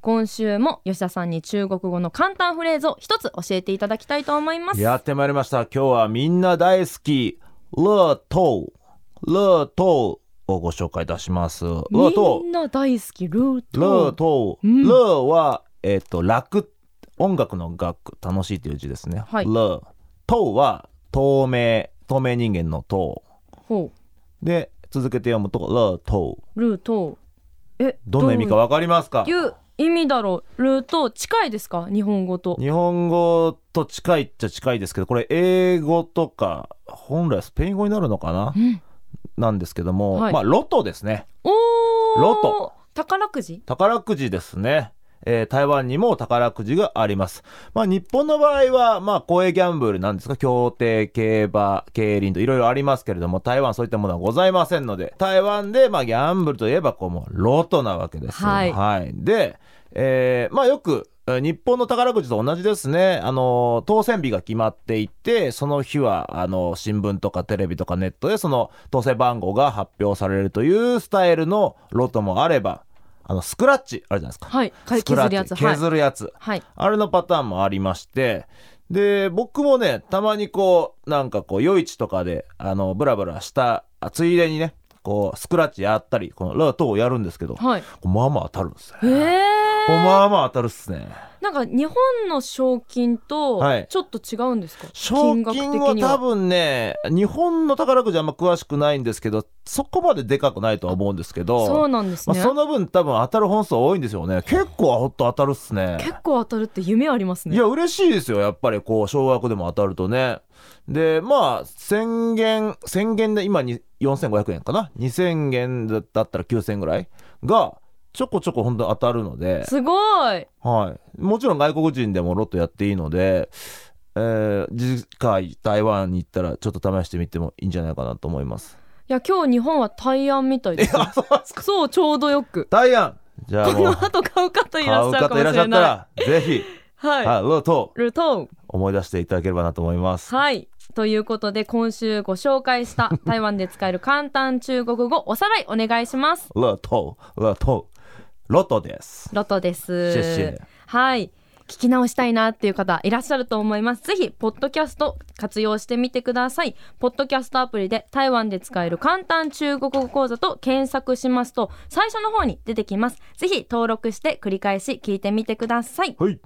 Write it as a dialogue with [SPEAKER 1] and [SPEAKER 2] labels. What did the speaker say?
[SPEAKER 1] 今週も吉田さんに中国語の簡単フレーズを一つ教えていただきたいと思います
[SPEAKER 2] やってまいりました。今日はみんな大好き、乐透、乐透をご紹介いたします。乐透
[SPEAKER 1] み、んな大好きルー
[SPEAKER 2] 乐
[SPEAKER 1] ト
[SPEAKER 2] 透、
[SPEAKER 1] うん
[SPEAKER 2] 乐は、えっ、と、楽、音楽の楽、楽しいという字ですね。
[SPEAKER 1] はい
[SPEAKER 2] 乐、透は透明、透明人間の透。
[SPEAKER 1] ほ
[SPEAKER 2] で、続けて読むと、乐透。
[SPEAKER 1] うルートえ
[SPEAKER 2] どんな意味かわかりますか
[SPEAKER 1] どういう意味だろうルート近いですか日本語と
[SPEAKER 2] 日本語と近いっちゃ近いですけどこれ英語とか本来スペイン語になるのかな、
[SPEAKER 1] ん
[SPEAKER 2] なんですけども、
[SPEAKER 1] はい
[SPEAKER 2] まあロトですね
[SPEAKER 1] おー
[SPEAKER 2] ロト
[SPEAKER 1] 宝くじ
[SPEAKER 2] 宝くじですね、えー台湾にも宝くじがありますまあ日本の場合はまあ公営ギャンブルなんですか競艇競馬競輪といろいろありますけれども台湾そういったものはございませんので台湾でまあギャンブルといえばこうもうロトなわけですよ
[SPEAKER 1] はい
[SPEAKER 2] で、えーまあよくえー日本の宝くじと同じですね。あのー、当選日が決まっていて、その日は、あのー、新聞とかテレビとかネットで、その当選番号が発表されるというスタイルのロトもあれば、あの、スクラッチあるじゃないですか。
[SPEAKER 1] はいか
[SPEAKER 2] スクラ
[SPEAKER 1] 削る
[SPEAKER 2] ッチ
[SPEAKER 1] やつはい
[SPEAKER 2] 削るやつ。
[SPEAKER 1] はい
[SPEAKER 2] あれのパターンもありまして、で、僕もね、たまにこう、なんかこう、夜市とかで、あの、ブラブラした、あついでにね、こう、スクラッチやったり、このラトをやるんですけど、
[SPEAKER 1] はい
[SPEAKER 2] まあまあ当たるんですね。
[SPEAKER 1] えー
[SPEAKER 2] こうまあまあ当たるっすね。
[SPEAKER 1] なんか日本の賞金と
[SPEAKER 2] はい
[SPEAKER 1] ちょっと違うんですか、
[SPEAKER 2] 賞
[SPEAKER 1] 金額的
[SPEAKER 2] 金は
[SPEAKER 1] には
[SPEAKER 2] 多分ね、日本の宝くじあんま詳しくないんですけど、そこまででかくないとは思うんですけど、
[SPEAKER 1] そうなんです
[SPEAKER 2] まあ、
[SPEAKER 1] ね、
[SPEAKER 2] その分多分当たる本数多いんですよね。結構ほっと当たるっすね。
[SPEAKER 1] 結構当たるって夢あります
[SPEAKER 2] い
[SPEAKER 1] ね
[SPEAKER 2] や嬉しいですよやっぱりこう小学でも当たるとねでまあ宣言宣言で今に4500円かな2000円だったら9000円ぐらいがちょこちょこ本当に当たるのです
[SPEAKER 1] ごい
[SPEAKER 2] はい、もちろん外国人でもロットやっていいので、えー次回台湾に行ったらちょっと試してみてもいいんじゃないかなと思 います。
[SPEAKER 1] いや今日日本は大安みたいですねそうちょうどよく
[SPEAKER 2] 台湾じゃあ
[SPEAKER 1] こ
[SPEAKER 2] も
[SPEAKER 1] の
[SPEAKER 2] う
[SPEAKER 1] 後買う方い
[SPEAKER 2] 買
[SPEAKER 1] らっ
[SPEAKER 2] う
[SPEAKER 1] しゃるかも
[SPEAKER 2] 方い
[SPEAKER 1] し
[SPEAKER 2] らっし
[SPEAKER 1] れ
[SPEAKER 2] ゃった
[SPEAKER 1] な
[SPEAKER 2] らぜひ、
[SPEAKER 1] いはい、
[SPEAKER 2] はい、ロットを
[SPEAKER 1] ルトー
[SPEAKER 2] 思い出していただければなと思います。
[SPEAKER 1] はいということで今週ご紹介した台湾で使える簡単中国語おさらいお願いします
[SPEAKER 2] ロット、ロット、ロットです。
[SPEAKER 1] ロトです
[SPEAKER 2] シェシェ
[SPEAKER 1] はい聞き直したいなっていう方いらっしゃると思いますぜひポッドキャスト活用してみてくださいポッドキャストアプリで台湾で使える簡単中国語講座と検索しますと最初の方に出てきますぜひ登録して繰り返し聞いてみてください
[SPEAKER 2] はい、